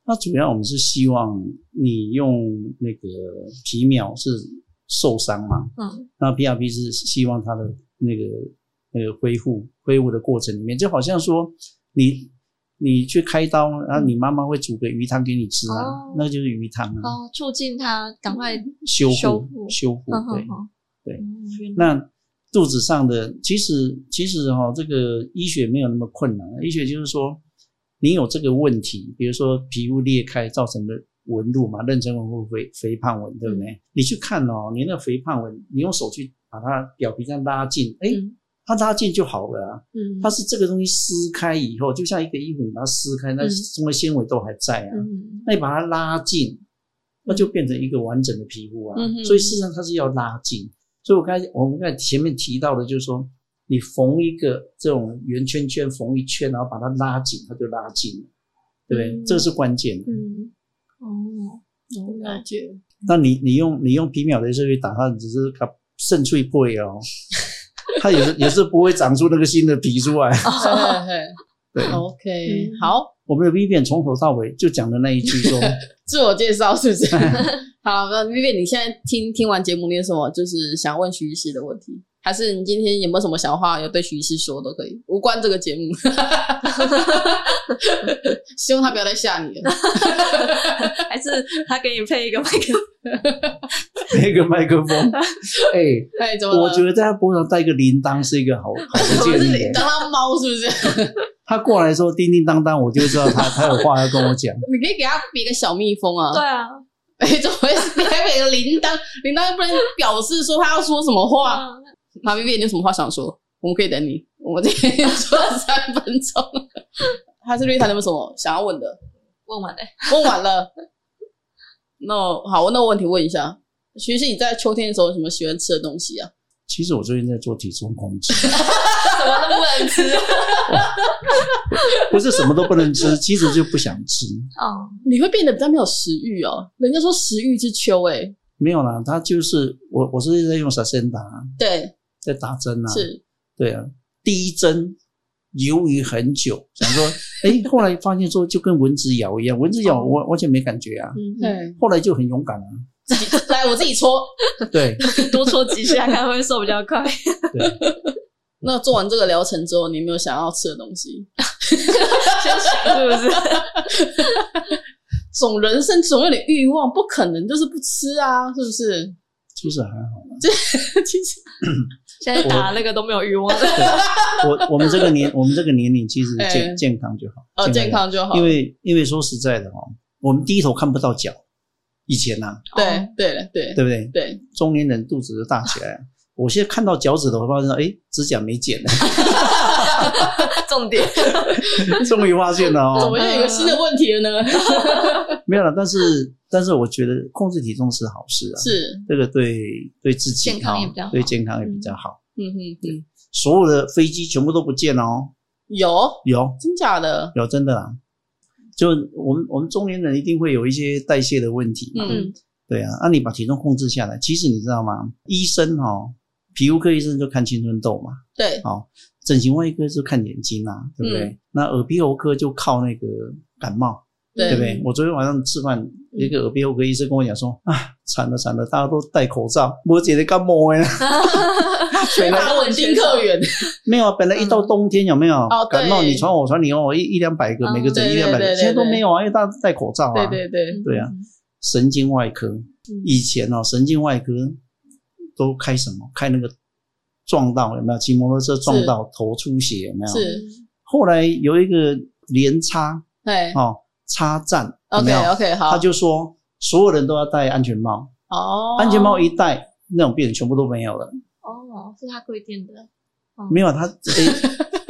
C: 那主要我们是希望你用那个皮秒是受伤嘛，
B: 嗯，
C: 那 PRP 是希望它的那个那个恢复恢复的过程里面，就好像说你你去开刀，然后你妈妈会煮个鱼汤给你吃啊，
B: 哦
C: 那个就是鱼汤啊，
B: 哦，促进它赶快
C: 修
B: 修
C: 复
B: 复
C: 修复
B: 嗯哼。
C: 对
B: 哼
C: 嗯对
B: 嗯原来
C: 那肚子上的，其实其实哈、这个医学没有那么困难。医学就是说，你有这个问题，比如说皮肤裂开造成的纹路嘛，妊娠纹或肥肥胖纹，对不对？
B: 嗯
C: 你去看哦，你那肥胖纹，你用手去把它表皮这样拉近，哎，
B: 嗯
C: 它拉近就好了啊。
B: 嗯，
C: 它是这个东西撕开以后，就像一个衣服，你把它撕开，那
B: 嗯
C: 中间纤维都还在啊。
B: 嗯
C: 那你把它拉近，那就变成一个完整的皮肤啊。
A: 嗯哼
C: 所以事实上它是要拉近。所以我刚才我们刚才前面提到的，就是说你缝一个这种圆圈圈，缝一圈，然后把它拉紧，它就拉近了，对不对？
B: 嗯
C: 这个是关键的。
B: 嗯哦，原来
A: 啊了解。
C: 那你你用你用皮秒镭射去打它，只是它渗出一破哦，它也是也是不会长出那个新的皮出来。
A: [LAUGHS] 嘿嘿嘿
C: 对，
A: OK，
B: 嗯
A: 好，
C: 我们的 Vivian 从头到尾就讲的那一句说，
A: 自我介绍是不是？好，那 Vivian，你现在听听完节目，你有什么就是想问徐医师的问题？还是你今天有没有什么想话要对徐医师说都可以，无关这个节目。 [LAUGHS] 希望他不要再吓你了。
B: 还是他给你配一个麦克风，
C: 那个麦克风，哎、
A: 哎，怎么了？
C: 我觉得在他脖上戴一个铃铛是一个好好的
A: [LAUGHS] 我
C: 建
A: 是
C: 议
A: 你
C: 耶。
A: 当他猫是不是？
C: 他过来的时候叮叮当当，我就知道他他有话要跟我讲。
A: 你可以给他比个小蜜蜂啊。
B: 对啊，
A: 哎，怎么会是你还给个铃铛？铃铛又不能表示说他要说什么话。
B: 哇，
A: 马 B B，你有什么话想说？我们可以等你，我们今天说了三分钟。还是瑞塔，你有没有什么想要问的？
B: 问完了，
A: 问完了。那好，那我问题问一下，徐是你在秋天的时候有什么喜欢吃的东西啊？
C: 其实我最近在做体重控制，
B: 什么都不能吃哦
C: 不是什么都不能吃，其实就不想吃。
B: 哦，
A: [LAUGHS] 你会变得比较没有食欲哦。人家说食欲之秋、欸，哎，
C: 没有啦，他就是我，我是在用 s a s e n d a
A: 对，
C: 在打针啊。，
A: 是
C: 对啊，第一针犹豫很久，想说，哎，后来发现说就跟蚊子咬一样，蚊子
A: 哦
C: 咬我完全没感觉啊，
B: 嗯，
A: 对，
C: 后来就很勇敢啊。
A: 自己来我自己搓。
C: 对，
B: 多搓几下看会不会瘦比较快。
A: 那做完这个疗程之后，你有没有想要吃的东西？
B: [LAUGHS] 先想是不是？
A: 总人生总有点欲望，不可能就是不吃啊，是不是？ [LAUGHS]
C: 其实还好。
A: 其实
B: [LAUGHS] 现在打那个都没有欲望 [LAUGHS] 了。
C: 我我们这个年，我们这个年龄其实
A: [LAUGHS]
C: 健、
A: 哎
C: 健康就好，
A: 呃，健康
B: 啊
A: 就好。
C: 因为因为说实在的哦，我们低头看不到脚，以前呐、
A: 对对了对
C: 哦对不对？
A: 对，
C: 中年人肚子就大起来
B: [LAUGHS]
C: 了。我现在看到脚趾头，我发现哎，指甲没剪
B: [LAUGHS]
C: 了，
B: 重点，
C: 终于发现了
A: 怎么
C: 哦，
A: 又有一个新的问题了呢？
C: 嗯没有了。但是但是，我觉得控制体重是好事啊，
A: [LAUGHS] 是，
C: 这个对对自己
B: 健康
C: 哈
B: 也比较好
C: 对健康也比较好。
A: 嗯哼哼，
C: 所有的飞机全部都不见了哦，
A: 有
C: 有
A: 真假的？
C: 有真的啦。就我们我们中年人一定会有一些代谢的问题嘛，
A: 嗯，
C: 对啊，那、你把体重控制下来，其实你知道吗？医生哦，皮肤科医生就看青春痘嘛， [LAUGHS]
A: 对，
C: 哦，整形外科就看眼睛啊，对不
A: 嗯
C: 对？那耳鼻喉科就靠那个感冒，
A: 对
C: 对不对？我昨天晚上吃饭，有一个耳鼻喉科医生跟我讲说，啊，惨了惨了，大家都戴口罩，我姐姐感冒呀，
A: 缺乏稳定客源，
C: [LAUGHS] 没有啊，本来一到冬天有没有、
A: 哦对
C: 感冒，你传我我传你哦，一一两百个，
B: 嗯
C: 每个整一
A: 对
C: 两百
A: 对
C: 个，
A: 对
C: 现在都
A: 对
C: 没有啊，因为大家都戴口罩啊，
A: 对对对，
C: 对啊，神经外科
B: 嗯，
C: 以前哦，神经外科都开什么？开那个撞到有没有？骑摩托车撞到头出血有没有？
A: 是，
B: 嗯
C: 后来有一个连插
A: 哎
C: 哦，插站有啊没
A: ，OK
C: 有？
A: OK，好，
C: 他就说所有人都要戴安全帽，
A: 哦，
C: 安全帽一戴，那种病人全部都没有了。
B: 哦，是他规定的，
C: 没有他，诶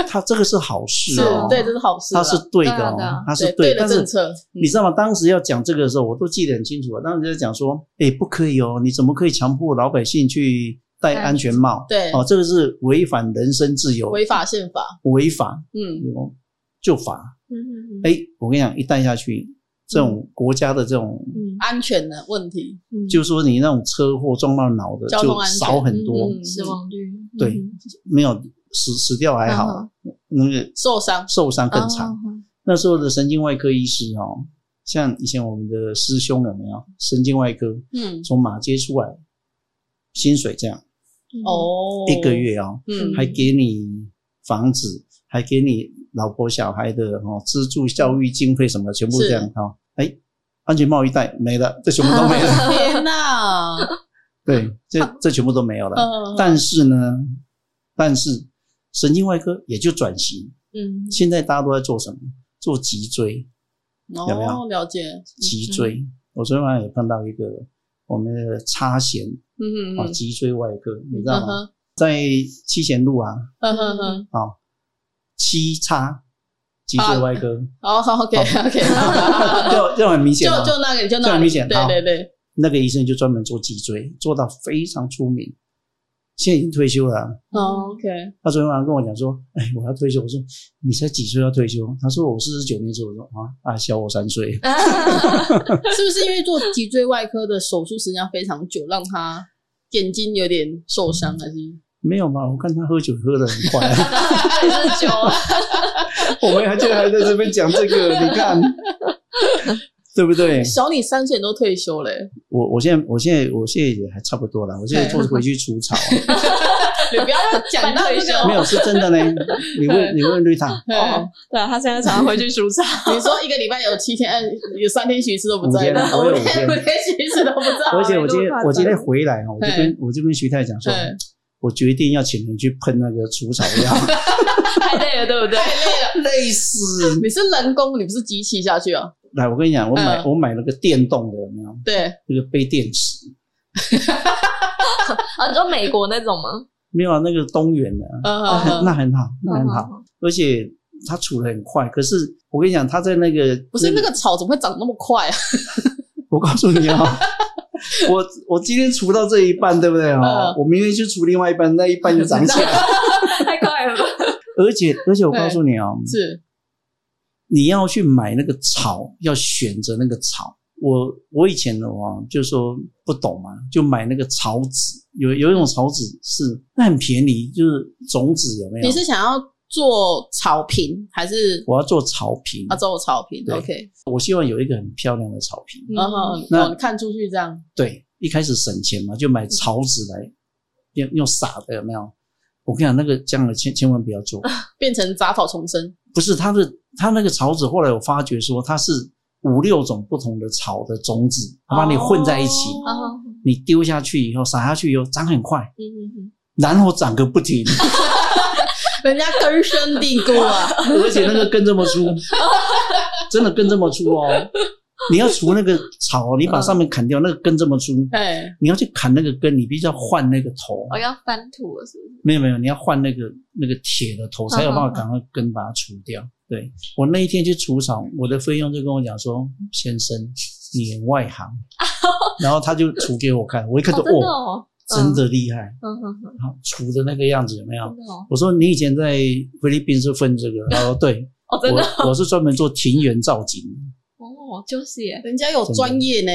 C: 他这个是好
A: [LAUGHS]
C: 事
A: 是
C: 哦，，
A: 对，这是好事
C: 他
A: 啦，
C: 是对的
B: 对啊对啊
C: 哦，他是
A: 对对的
C: 但
A: 政
C: 是
A: 策，
C: 你知道吗？当时要讲这个的时候，我都记得很清楚啊。当时在讲说，哎，不可以哦，你怎么可以强迫老百姓去戴安全帽？
A: 对
C: 哦，这个是违反人身自由，
A: 违法宪法，
C: 违法
A: 嗯，
C: 就罚。
B: 嗯嗯
C: 哎，我跟你讲，一戴下去，这种国家的这种，
B: 嗯
A: 安全的问题，
B: 嗯，
C: 就是说你那种车祸撞到脑的
A: 交
C: 就
A: 通安全
C: 少很多，
A: 嗯
B: 死亡率，
C: 对
B: 嗯
C: 没有死死掉还
A: 嗯
C: 好，那个
A: 受伤，
C: 受伤更
A: 哦
C: 惨。，
B: 嗯
C: 那时候的神经外科医师哦，像以前我们的师兄有没有神经外科？
A: 嗯，
C: 从马街出来，薪水这样
B: 嗯
A: 哦，
C: 一个，月哦，
A: 嗯，
C: 还给你房子，还给你老婆小孩的哦，资助教育经费什么，全部这样
A: 是
C: 哦。哎，安全帽一戴没了，这全部都
A: [LAUGHS]
C: 没了。
A: 天
C: [LAUGHS]
A: 哪，
C: 对，这这全部都没有了。
A: 嗯
C: 但是呢，但是神经外科也就转型，
A: 嗯，
C: 现在大家都在做什么？做脊椎，有没
A: 哦
C: 有，
A: 了解，
C: 脊椎。
A: 嗯
C: 我昨天晚上也碰到一个我们的插弦
A: 嗯嗯
C: 啊，
A: 嗯
C: 脊椎外科，你知道
A: 嗯
C: 吗？
A: 哼，
C: 在七贤路啊，
A: 嗯哼哼，
C: 啊，七叉脊椎外科，
A: 哦好，OK [LAUGHS] OK，
C: [LAUGHS] 就 [LAUGHS] 就很明显
A: 就
C: 啊。
A: 就那个，就
C: 这
A: 那
C: 很
A: 里
C: 明显
A: 对
C: 好
A: 对对，
C: 那个医生就专门做脊椎，做到非常出名，现在已经退休了啊、
B: [LAUGHS]
A: 哦 OK，
C: 他昨天晚上跟我讲说：“哎，我要退休。”我说：“你才几岁要退休？”他说：“我四十九年之后。”我说：“啊啊，小我三岁。
B: 哦
A: 是不是因为做脊椎外科的手术时间非常久，让他眼睛有点受伤，还是？”
C: 没有吧？我看他喝酒喝得很快、啊， [LAUGHS]
B: 是酒啊，
C: 我们还就还在这边讲这个，你看，对不
A: [LAUGHS]
C: 对？
A: 小你三岁你都退休嘞、
C: 我我现在我现在我现在也还差不多了，我现在做回去除草，啊
A: 你不要讲到这个
C: 没有是真的呢。
A: [LAUGHS]
C: 你问你问绿塔，
A: 嘿。
B: 对啊，他现在常常回去煮菜，
A: 你说一个礼拜有七天，哎有三天许一次都不在
C: 五天啊
A: 吗，
C: 我有
A: 五
C: 五天
A: 五天许一次都不在。
C: [LAUGHS] 而且我今天
B: 没多夸张
C: 我今天回来哦，我就跟我就跟徐太讲说
A: 嗯，
C: 我决定要请人去喷那个除草药，
B: [LAUGHS] 太累了，对不对？
A: 太 [LAUGHS] 累了，
C: 累死
A: 你是人工，你不是机器下去哦。
C: [LAUGHS] 来，我跟你讲，我买、
A: 嗯
C: 我买了个电动的，有没有？
A: 对，
C: 那个背电池，
B: 啊，你说美国那种吗？
C: 没有啊，那个东元的、啊，
A: 嗯
C: 那很
A: 嗯，嗯
C: 那很好，那很好，而且它除的很快。可是我跟你讲，它在那嗯个
A: 不是那，个草怎么会长那么快啊？
C: 我告诉你
A: [LAUGHS]
C: 啊、我我今天除到这一半，对不对哦？
A: 嗯
C: 我明天去除另外一半，那一半就长
A: [LAUGHS]
C: 起来了。
B: 太快了吧？
C: 而且而且我告诉你哦，
A: 是，
C: 你要去买那个草，要选择那个草。我我以前的话就说不懂嘛，就买那个草籽，有有一种草籽是那很便宜，就是种子有没有？
A: 你是想要做草坪还是
C: 我要做草坪，
A: 要做草坪
C: 对
A: ？OK，嗯
C: 我希望有一个很漂亮的草坪。
A: 然后
B: 嗯
C: 那
A: 你看出去这样，
C: 对，一开始省钱嘛，就买草籽来用用撒的有没有？我跟你讲，那个这样的千千万不要做，
A: 变成杂草丛生。
C: 不是它的它那个草籽，后来我发觉说它是五六种不同的草的种子，它把你混在一起。
A: 哦
B: 啊，
C: 你丢下去以后，撒下去以后长很快，
B: 嗯嗯嗯，
C: 然后长个
B: [LAUGHS]
C: 不停，
A: 人家根深蒂固啊， [LAUGHS]
C: 而且那个根这么粗，真的根这么粗哦。你要除那个草，你把上面砍掉，那个根这么粗，
A: 哎，
C: 你要去砍那个根，你必须要换那个头。
B: 我要翻土了，是不是？
C: 没有没有，你要换那个那个铁的头，才有办法
B: 嗯嗯嗯
C: 赶快根把它除掉。对我那一天去除草，我的费用就跟我讲说：“先生，你很外
B: [LAUGHS]
C: 行。”然后他就除给我看，我一看就
B: 哦真的
C: 哦，
B: 哦，
C: 真的厉害，
B: 嗯嗯嗯，
C: 然后除的那个样子有没有
B: 真？的哦，
C: 我说你以前在菲律宾是分这个，他说对，
A: [LAUGHS]
B: 哦真的
C: 我我是专门做庭园造景，
B: 哦，就是耶，
A: 人家有专业呢。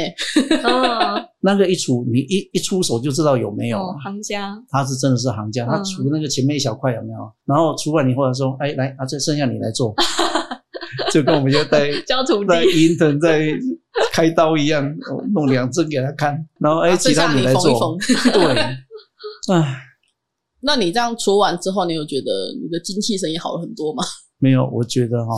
B: 嗯，
C: 那个一除你一一出手就知道有没有
B: 哦
C: 了。
B: 行家，
C: 他是真的是行家，他
B: 嗯
C: 除那个前面一小块有没有？啊然后除完以后他说，哎来啊，这剩下你来做， [LAUGHS] 就跟我们就
A: [LAUGHS]
C: 在
B: 教徒弟，
C: 在银藤在开刀一样，哦弄两针给他看，然后哎
A: 啊剩
C: 其
A: 下
C: 他
A: 你
C: 来
A: 缝一
C: 做
A: 缝，。 [LAUGHS]
C: 对，唉，
A: 那你这样除完之后，你有觉得你的精气神也好了很多吗？ [LAUGHS]
C: 没有，我觉得哈、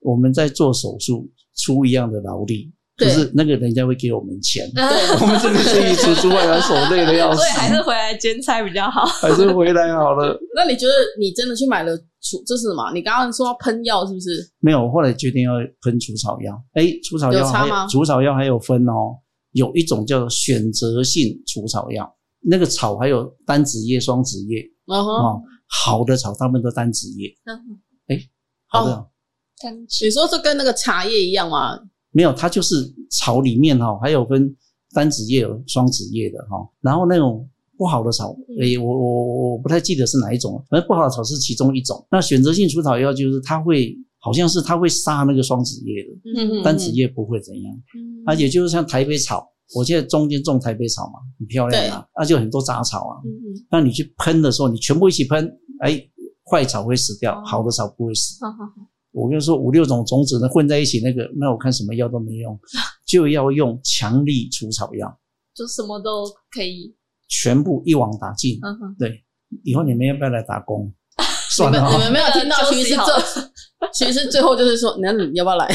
C: 我们在做手术出一样的劳力，可
A: 对
C: 是那个人家会给我们钱
B: 嗯
C: 我们这边自己出出外来手累的要死
B: 所以，还是回来兼差比较好。
C: 还是回来好了。
A: 那你觉得你真的去买了除这是什么？你刚刚说要喷药是不是？
C: 没有，我后来决定要喷除草药。哎，除草
A: 有
C: 药
A: 差
C: 还有
A: 吗
C: 除草药还有分哦，有一种叫做选择性除草药，那个草还有单子叶、双子叶
A: 然后
C: 哦，好的草大部分都单子叶，
B: 嗯
C: 好的、
B: 单
A: 你说这跟那个茶叶一样嘛？
C: 没有，它就是草里面哈、哦，还有分单子叶、双子叶的哈、哦。然后那种不好的草，诶、我我我我不太记得是哪一种了，反正不好的草是其中一种。那选择性除草药就是它会，好像是它会杀那个双子叶的，
A: 嗯
C: 单子叶不会怎样。而且就是像台北草，我现在中间种台北草嘛，很漂亮啊，那就很多杂草啊。
B: 嗯，
C: 那你去喷的时候，你全部一起喷，哎，坏草会死掉
B: 哦，
C: 好的草不会死。
B: 好好好，
C: 我跟你说，五六种种子呢混在一起，那个那我看什么药都没用，就要用强力除草药，
B: 就什么都可以。
C: 全部一网打尽。
B: [LAUGHS] 嗯哼，
C: 对，以后你们要不要来打工？算
A: 你
C: 了
A: 们你
C: 啊，
A: 们没有听到
B: 休息
A: 徐医师
B: 好
A: 这， [LAUGHS] 徐医师最后就是说，那你要 [LAUGHS] 不要来？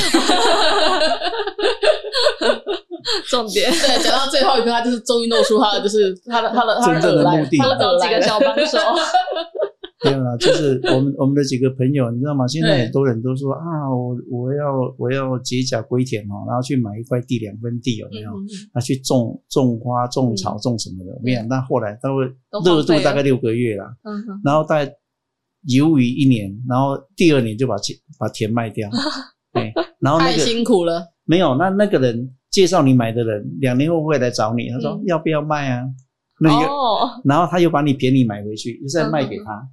B: 重点。
A: 对，讲到最后一个，他就是终于露出他的就是他的他的他
C: 真正
A: 的
C: 的
A: 耳来
C: 目的
A: 他的
B: 找
A: 耳
B: 几
A: 来
B: 个
A: 了。
B: 小帮
A: [LAUGHS]
B: 手，
C: 没有啦，啊就是我们我们的几个朋友，你知道吗？现在
A: 对
C: 很多人都说啊，我我要我要解甲归田哦，然后去买一块地两分地有没有？
B: 嗯
C: 他去种种花、种草、种什么的。我跟你讲，那后来他会
B: 都荒
C: 热度
B: 废
C: 大
B: 了
C: 概六个月啦，
B: 嗯哼，
C: 然后大概犹豫一年，然后第二年就把田把田卖
A: [LAUGHS]
C: 掉。哎，然后那
A: 太
C: 个
A: 辛苦了，
C: 没有，那那个人介绍你买的人，两年后会来找你，他说
B: 嗯
C: 要不要卖啊？那个，
B: 哦，
C: 然后他又把你便宜买回去，又再卖给
A: 嗯
C: 他。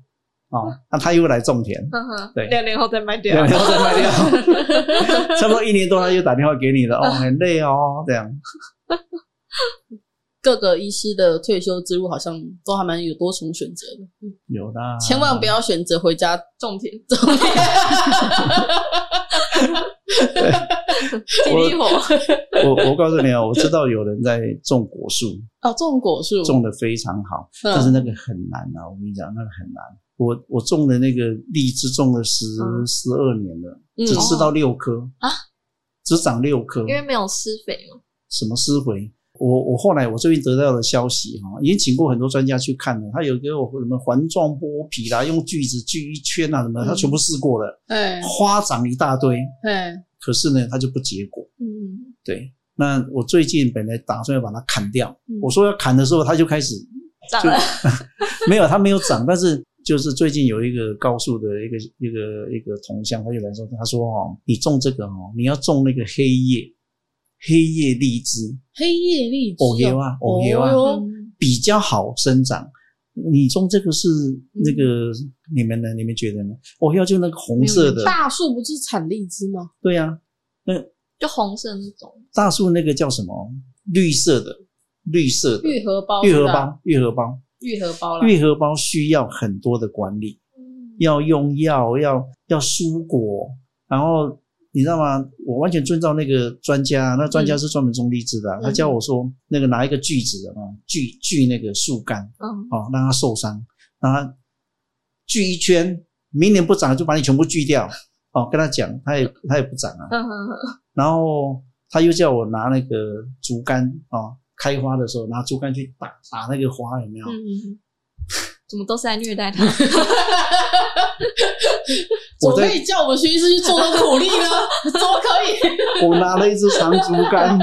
C: 哦，那他又来种田，
B: 嗯哼，
C: 对
B: 两年后再卖掉
A: 啊
C: 两，年后再卖掉，
A: [LAUGHS]
C: 差不多一年多他又打电话给你了，哦，
A: 嗯
C: 很累哦，这样。
A: 各个医师的退休之路好像都还蛮有多重选择的，
C: 有啦，
A: 千万不要选择回家种田种田。
B: 体力活，
C: 我我告诉你哦，我知道有人在种果
A: [LAUGHS]
C: 树，
A: [LAUGHS] 哦，种果树，
C: 种的非常好，
A: 嗯
C: 但是那个很难啊！我跟你讲，那个很难。我我种的那个荔枝种了十
B: 嗯
C: 十二年了，
A: 嗯
C: 只吃到六颗
B: 啊，
C: 只长六颗，
B: 因为没有施肥嘛，
C: 什么施肥？我我后来我最近得到的消息哈，已经请过很多专家去看了，他有给我什么环状剥皮啦，用锯子锯一圈啊什
B: 嗯
C: 么，他全部试过了，
A: 哎
C: 花长一大堆，
A: 哎，
C: 可是呢，它就不结果。
B: 嗯，
C: 对，那我最近本来打算要把它砍掉，
B: 嗯
C: 我说要砍的时候，它就开始
B: 长
C: 就
B: 了，
C: 没有，它没有长，但是就是最近有一个高速的一个一个一个铜像，他就来说，他说哦，你种这个哦，你要种那个黑叶黑叶荔枝，
A: 黑叶荔枝
C: 藕叶啊，藕叶啊，
A: 哦
B: 嗯
C: 比较好生长。你种这个是那个、你们呢？你们觉得呢？藕叶就那个红色的，
A: 大树不是产荔枝吗？
C: 对啊，
B: 就红色那种，
C: 大树那个叫什么？绿色的，绿色的
A: 愈合包，
C: 愈合，包，愈合包，
A: 愈合包啦。
C: 愈合包需要很多的管理。
B: 嗯
C: 要用药，要要蔬果，然后你知道吗？我完全遵照那个专家，那
B: 嗯
C: 专家是专门种荔枝的啊、他教我说，那个拿一个锯子啊，锯锯那个树干
B: 嗯，
C: 哦，让它受伤，让它锯一圈，明年不长就把你全部锯掉哦。跟他讲，他也他也不长啊。
B: 嗯哼哼
C: 然后他又叫我拿那个竹竿啊、哦，开花的时候拿竹竿去打打那个花，有没有？
B: 嗯， [LAUGHS] 怎么都是在虐待他？
A: 怎么
C: 我在
A: 可以叫我们徐医师去做这苦力呢？怎么可以？
C: 我拿了一支长竹竿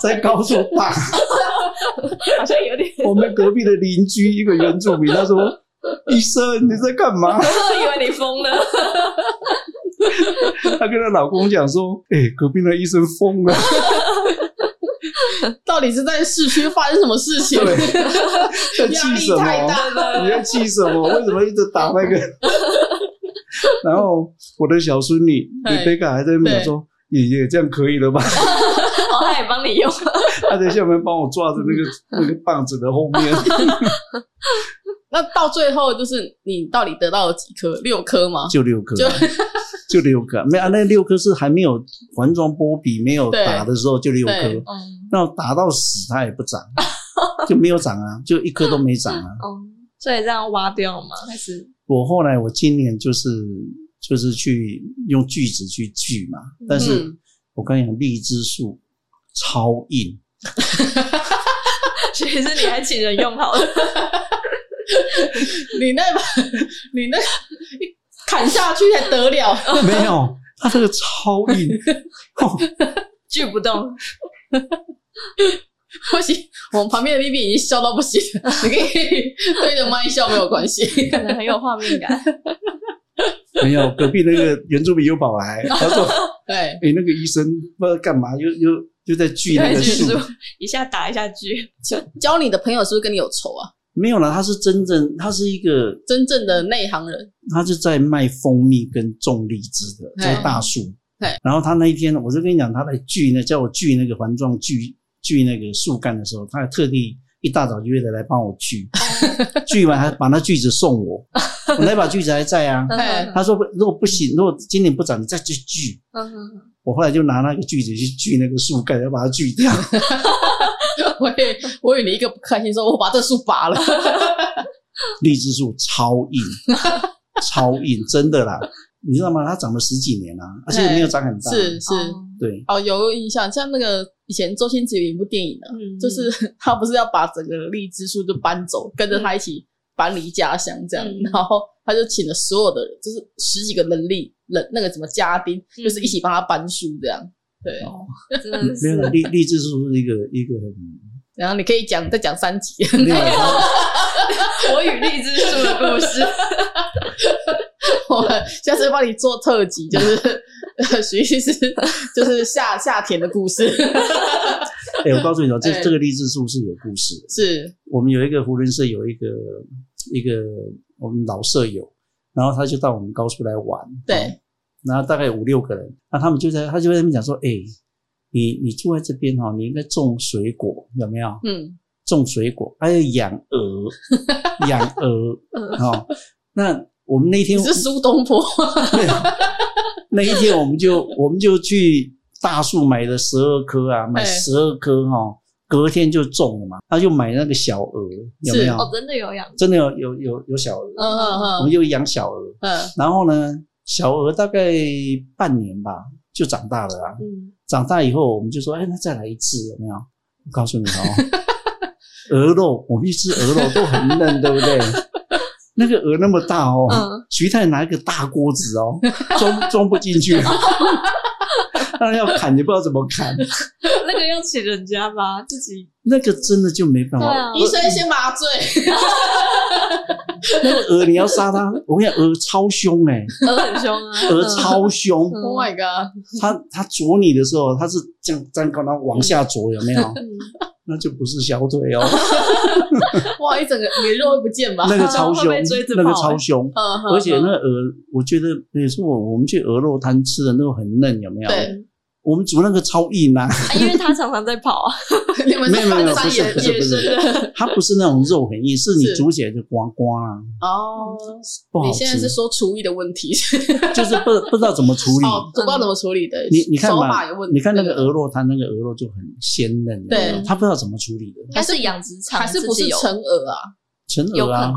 C: 在高速打。
B: 好像有点，
C: 我们隔壁的邻居一个原住民，他说：“医生，你在干
B: [LAUGHS]
C: 嘛 [LAUGHS]
B: 以为你疯了，？”
C: 她跟她老公讲说：“哎、隔壁那医生疯了。
A: 到底是在市区发生什么事”情？
C: 对，
A: [LAUGHS]
C: 在
A: 压
C: 气
A: 力
C: 什
A: 太
C: 么？
A: 大了。
C: 你 [LAUGHS] 在气什么？为什么一直打那个？ [LAUGHS] 然后我的小孙女
A: 哎
C: 李贝卡还在那边讲说：“爷爷，这样可以了吧
B: [LAUGHS]
C: [LAUGHS]
B: 哦，他也帮你用，？”
C: 她在下面帮我抓着那个那个棒子的后面。
A: 那到最后就是你到底得到了几颗？六颗吗？
C: 就六颗
A: 就
C: 啊，就六颗啊，没有啊，那六颗是还没有环状波比没有
A: 对
C: 打的时候就六
A: 对
C: 颗，
B: [LAUGHS] 嗯，
C: 那打到死它也不长，就没有长啊，就一颗都没长啊。
B: 哦，所以这样挖掉吗？还是
C: 我后来我今年就是就是去用锯子去锯嘛，但是
A: 嗯
C: 我跟你讲，荔枝树超硬，
B: 其实你还请人用好了，
A: 你那把， [LAUGHS] 你那一砍下去还得了？
B: [LAUGHS]
C: 没有。它这个超硬，哦
B: 锯不动，
A: [LAUGHS] 不行，我们旁边的 B B 已经笑到不行
B: [LAUGHS]
A: 了，你可以对着麦笑没有关系。
B: [LAUGHS]
A: [LAUGHS]
B: 可能很有画面感。
C: 没有隔壁那个原住民又跑来，他说：“
A: 对，
C: 哎、那个医生不知道干嘛，又又又在锯那个
B: 对锯
C: 树。”
B: 一下打一下锯，
A: 教你的朋友是不是跟你有仇啊？
C: 没有啦，他是真正，他是一个，
A: 真正的内行人， [LAUGHS]
C: 他是在卖蜂蜜跟种荔枝的，
A: 嗯
C: 在大树
A: 嗯。
C: 然后他那一天，我就跟你讲，他来锯那叫我锯那个环状锯锯那个树干的时候，他还特地一大早就约的来帮我锯，锯完还把那锯子送我，我那把锯子还在
B: 嗯
C: 啊。
A: 哎
C: 他说不如果不行，如果今年不长，你再去锯。
B: 嗯哼，
C: 我后来就拿那个锯子去锯那个树干，要把它锯掉。
A: 我以我以为你一个不开心说，我把这树拔了，
C: 荔枝树超硬，超硬，真的啦，你知道吗？它长了十几年啦、而且没有长很大。
A: [LAUGHS] 是是，
B: 哦
C: 对，
A: 哦，有印象，像那个以前周星驰有一部电影呢，
B: 嗯
A: 就是 [LAUGHS] 他不是要把整个荔枝树就搬走，跟着他一起搬离家乡这样，
B: 嗯
A: 然后他就请了所有的人，就是十几个人力人那个什么家丁，
B: 嗯
A: 就是一起帮他搬树这样。对，
C: 哦
B: 真的
C: 没有
B: 是
C: 啦，励励志树是一个一
A: [LAUGHS]
C: 个很
A: 然后你可以讲再讲三集，
C: 没有 [LAUGHS] 啦，
B: 我与荔枝树的故
C: [LAUGHS]
B: 事。
A: [LAUGHS] 我下次帮你做特辑，就是呃徐医师就是夏夏天的故事， [LAUGHS]
C: 哎、我告诉你哦，这
A: 哎
C: 这个励志树是有故事的。
A: 是
C: 我们有一个胡人社有一个一个我们老舍友，然后他就到我们高处来玩，
A: 对
C: 然后大概有五六个人，那他们就在他就在那边讲说，哎、你你住在这边哈、哦，你应该种水果，有没有？
A: 嗯
C: 种水果，还有养鹅，
A: [LAUGHS]
C: 养鹅
B: 嗯
C: 哦。那我们那
A: 你
C: 天
A: 是苏东坡，
C: 那一天我们就我们就去大树买了十二颗啊，买
A: 哎
C: 十二颗哈，隔天就种了嘛。他就买那个小鹅，有没有？
B: 哦，真的有养，
C: 真的有有有有小鹅，
A: 嗯
C: 我
A: 嗯
C: 们就养小鹅。
A: 嗯
C: 然后呢，小鹅大概半年吧就长大了啊。
B: 嗯，
C: 长大以后，我们就说，哎，那再来一次有没有？我告诉你哦， [LAUGHS] 鹅肉，我们一吃鹅肉都很嫩，对
B: [LAUGHS]
C: 不对？那个鹅那么大哦，
B: 嗯
C: 徐太拿一个大锅子哦， [LAUGHS] 装装不进去， [LAUGHS] 当然要砍，你不知道怎么砍，
B: 那个要请人家吧，自己
C: 那个真的就没办
B: 对
C: 法。
B: 啊
A: 嗯，医生先麻醉，
C: 那个鹅你要杀它，我跟你讲，鹅超凶哎、
B: 鹅很凶啊，
C: 鹅超凶，
B: 嗯
A: Oh my god！
C: 它它啄你的时候，它是这样站高，然后往下啄，有没有？
B: 嗯，
C: 那就不是小腿
B: [LAUGHS]
C: 哦，
A: 哇，一整个你的肉会不见吧？
C: 那个超凶
B: 会被追着，跑欸
C: 那个超凶。
A: 嗯，
C: 而且那个鹅，我觉得也是我我们去鹅肉摊吃的那个很嫩，有没有？
A: 对 [LAUGHS]
C: 我们煮那个超硬啊，
B: 啊因为他常常在跑啊，
A: 你们
C: 没有
A: 是
C: 没
A: 翻
C: 有没有，不
A: 山
C: 是
A: 野
C: 不是
A: 野
C: 不
A: 生的
C: 是，它不是那种肉很硬，是你
A: 是
C: 煮起来就呱呱啦，
A: 哦。
C: 不好
A: 你现在是，
C: 吃
A: 说厨艺的问题，
C: 就是不不知道怎么处
A: [LAUGHS]
C: 理。
A: 哦，不知道怎么处理的，
C: 你你看
A: 手
C: 嘛
A: 法有问，题。
C: 你看那个鹅肉摊，那个鹅肉就很鲜嫩，
A: 对
C: 有没有他不知道怎么处理的，
B: 还是养殖场
A: 还是不
B: 自
A: 是
B: 己有
A: 成鹅啊？
C: 成
B: 有
C: 鹅
B: 可
C: 啊
B: 能，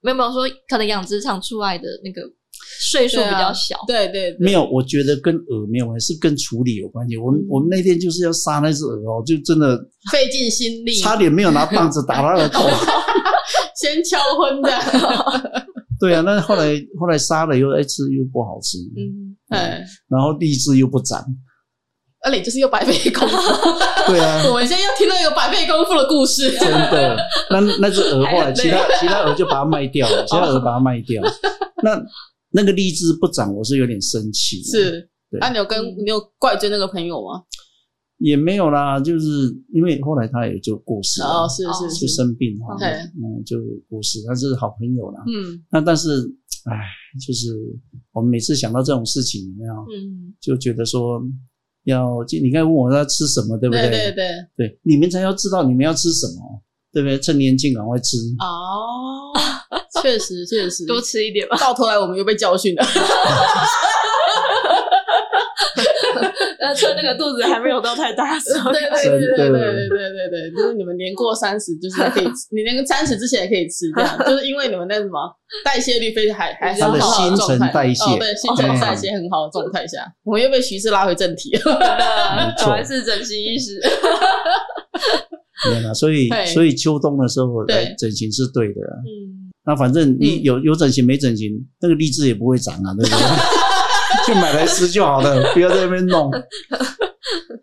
B: 没有没有说可能养殖场出来的那个岁数比较小，
A: 对对，对
C: 没有，我觉得跟鹅没有关系，是跟处理有关系。我
A: 嗯
C: 们我们那天就是要杀那只鹅哦，就真的
A: 费尽心力，
C: 差点没有拿棒子打它的头。 [LAUGHS]
A: 先敲昏的。
C: 对啊，那后来后来杀了以后，哎，吃又不好吃，
B: 嗯，
A: 哎，
C: 然后荔枝又不长，
A: 那你就是又白费功
C: [LAUGHS]
A: 夫。
C: 对
A: [LAUGHS]
C: 啊，
A: 我们现在要听到有白费功夫的故
C: [LAUGHS]
A: 事。
C: 真的。那那只鹅后
B: 还
C: 来
B: 很
C: 其他其他鹅就把它卖
A: [LAUGHS]
C: 掉
A: 哦
C: 了，其他鹅把它卖掉。那那个荔枝不长，我是有点生气，
A: 是，啊
C: 对嗯
A: 那、你有跟你有怪罪那个朋友吗？
C: 也没有啦，就是因为后来他也就过世了
A: 哦，，是
B: 哦
A: 是，
C: 就是生病哈，
B: OK
C: 嗯，就过世，但是好朋友啦。
A: 嗯，
C: 那但是，唉，就是我们每次想到这种事情，有没有
B: 嗯，
C: 就觉得说要，就你刚才问我要吃什么，对不
A: 对对对，
C: 对，你们才要知道你们要吃什么，对不对？趁年轻赶快吃。
A: 哦， [LAUGHS] 确实确实，
B: 嗯多吃一点吧，
A: 到头来我们又被教训了。
B: 呃，趁那个肚子还没有到太大的时候
A: [LAUGHS] 对对
C: 真
A: 对
C: 的
A: 对对对对对，就是你们年过三十，就是还可以吃，你年三十之前也可以吃，这样就是因为你们那什么代谢率非常还还
B: 他的
A: 很好的
C: 新
A: 状态，
C: 陈代谢
A: 哦对新陈
C: 对
A: 代谢很好的状态下，我们又被徐氏拉回正题。
B: [LAUGHS]
C: 没错
B: 果啊然是整形医师，
C: 对啦，所以
A: 对
C: 所以秋冬的时候来
A: 对
C: 整形是对的啊。
B: 嗯，
C: 那反正
A: 嗯
C: 你有有整形没整形，那个荔枝也不会长啊，对不
A: [LAUGHS]
C: 对？去买来吃就好了，不要在那边
A: [LAUGHS]
C: 弄。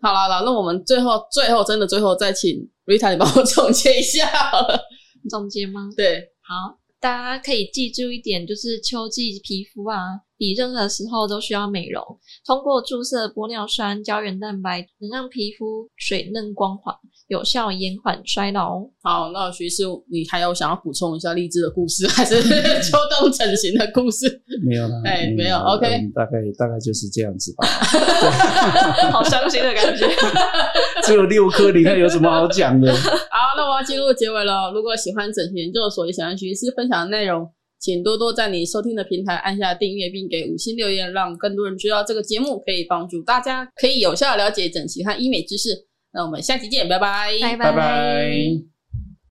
A: 好啦好啦，那我们最后最后真的最后再请 Rita 你帮我总结一下好了。
B: [LAUGHS] 总结吗？
A: 对，
B: 好，大家可以记住一点，就是秋季皮肤啊，比任何时候都需要美容。通过注射玻尿酸、胶原蛋白，能让皮肤水嫩光滑，有效延缓衰老哦。
A: 好，那徐氏你还有想要补充一下荔枝的故事，还是 [LAUGHS] 秋冬整形的故事？
C: 没有啦，
A: 哎没有
C: 啦
A: OK
C: 嗯大概大概就是这样子吧。
B: 好伤心的感觉。
C: 只有六颗，你看有什么好讲的？
A: 好，那我要进入结尾了。如果喜欢整形研究所，也想要徐师分享的内容，请多多在你收听的平台按下订阅，并给五星留言，让更多人知道这个节目，可以帮助大 [LAUGHS] 家可以有效地了解整形和医美知识。那我们下期见，拜拜，
B: 拜
C: 拜拜。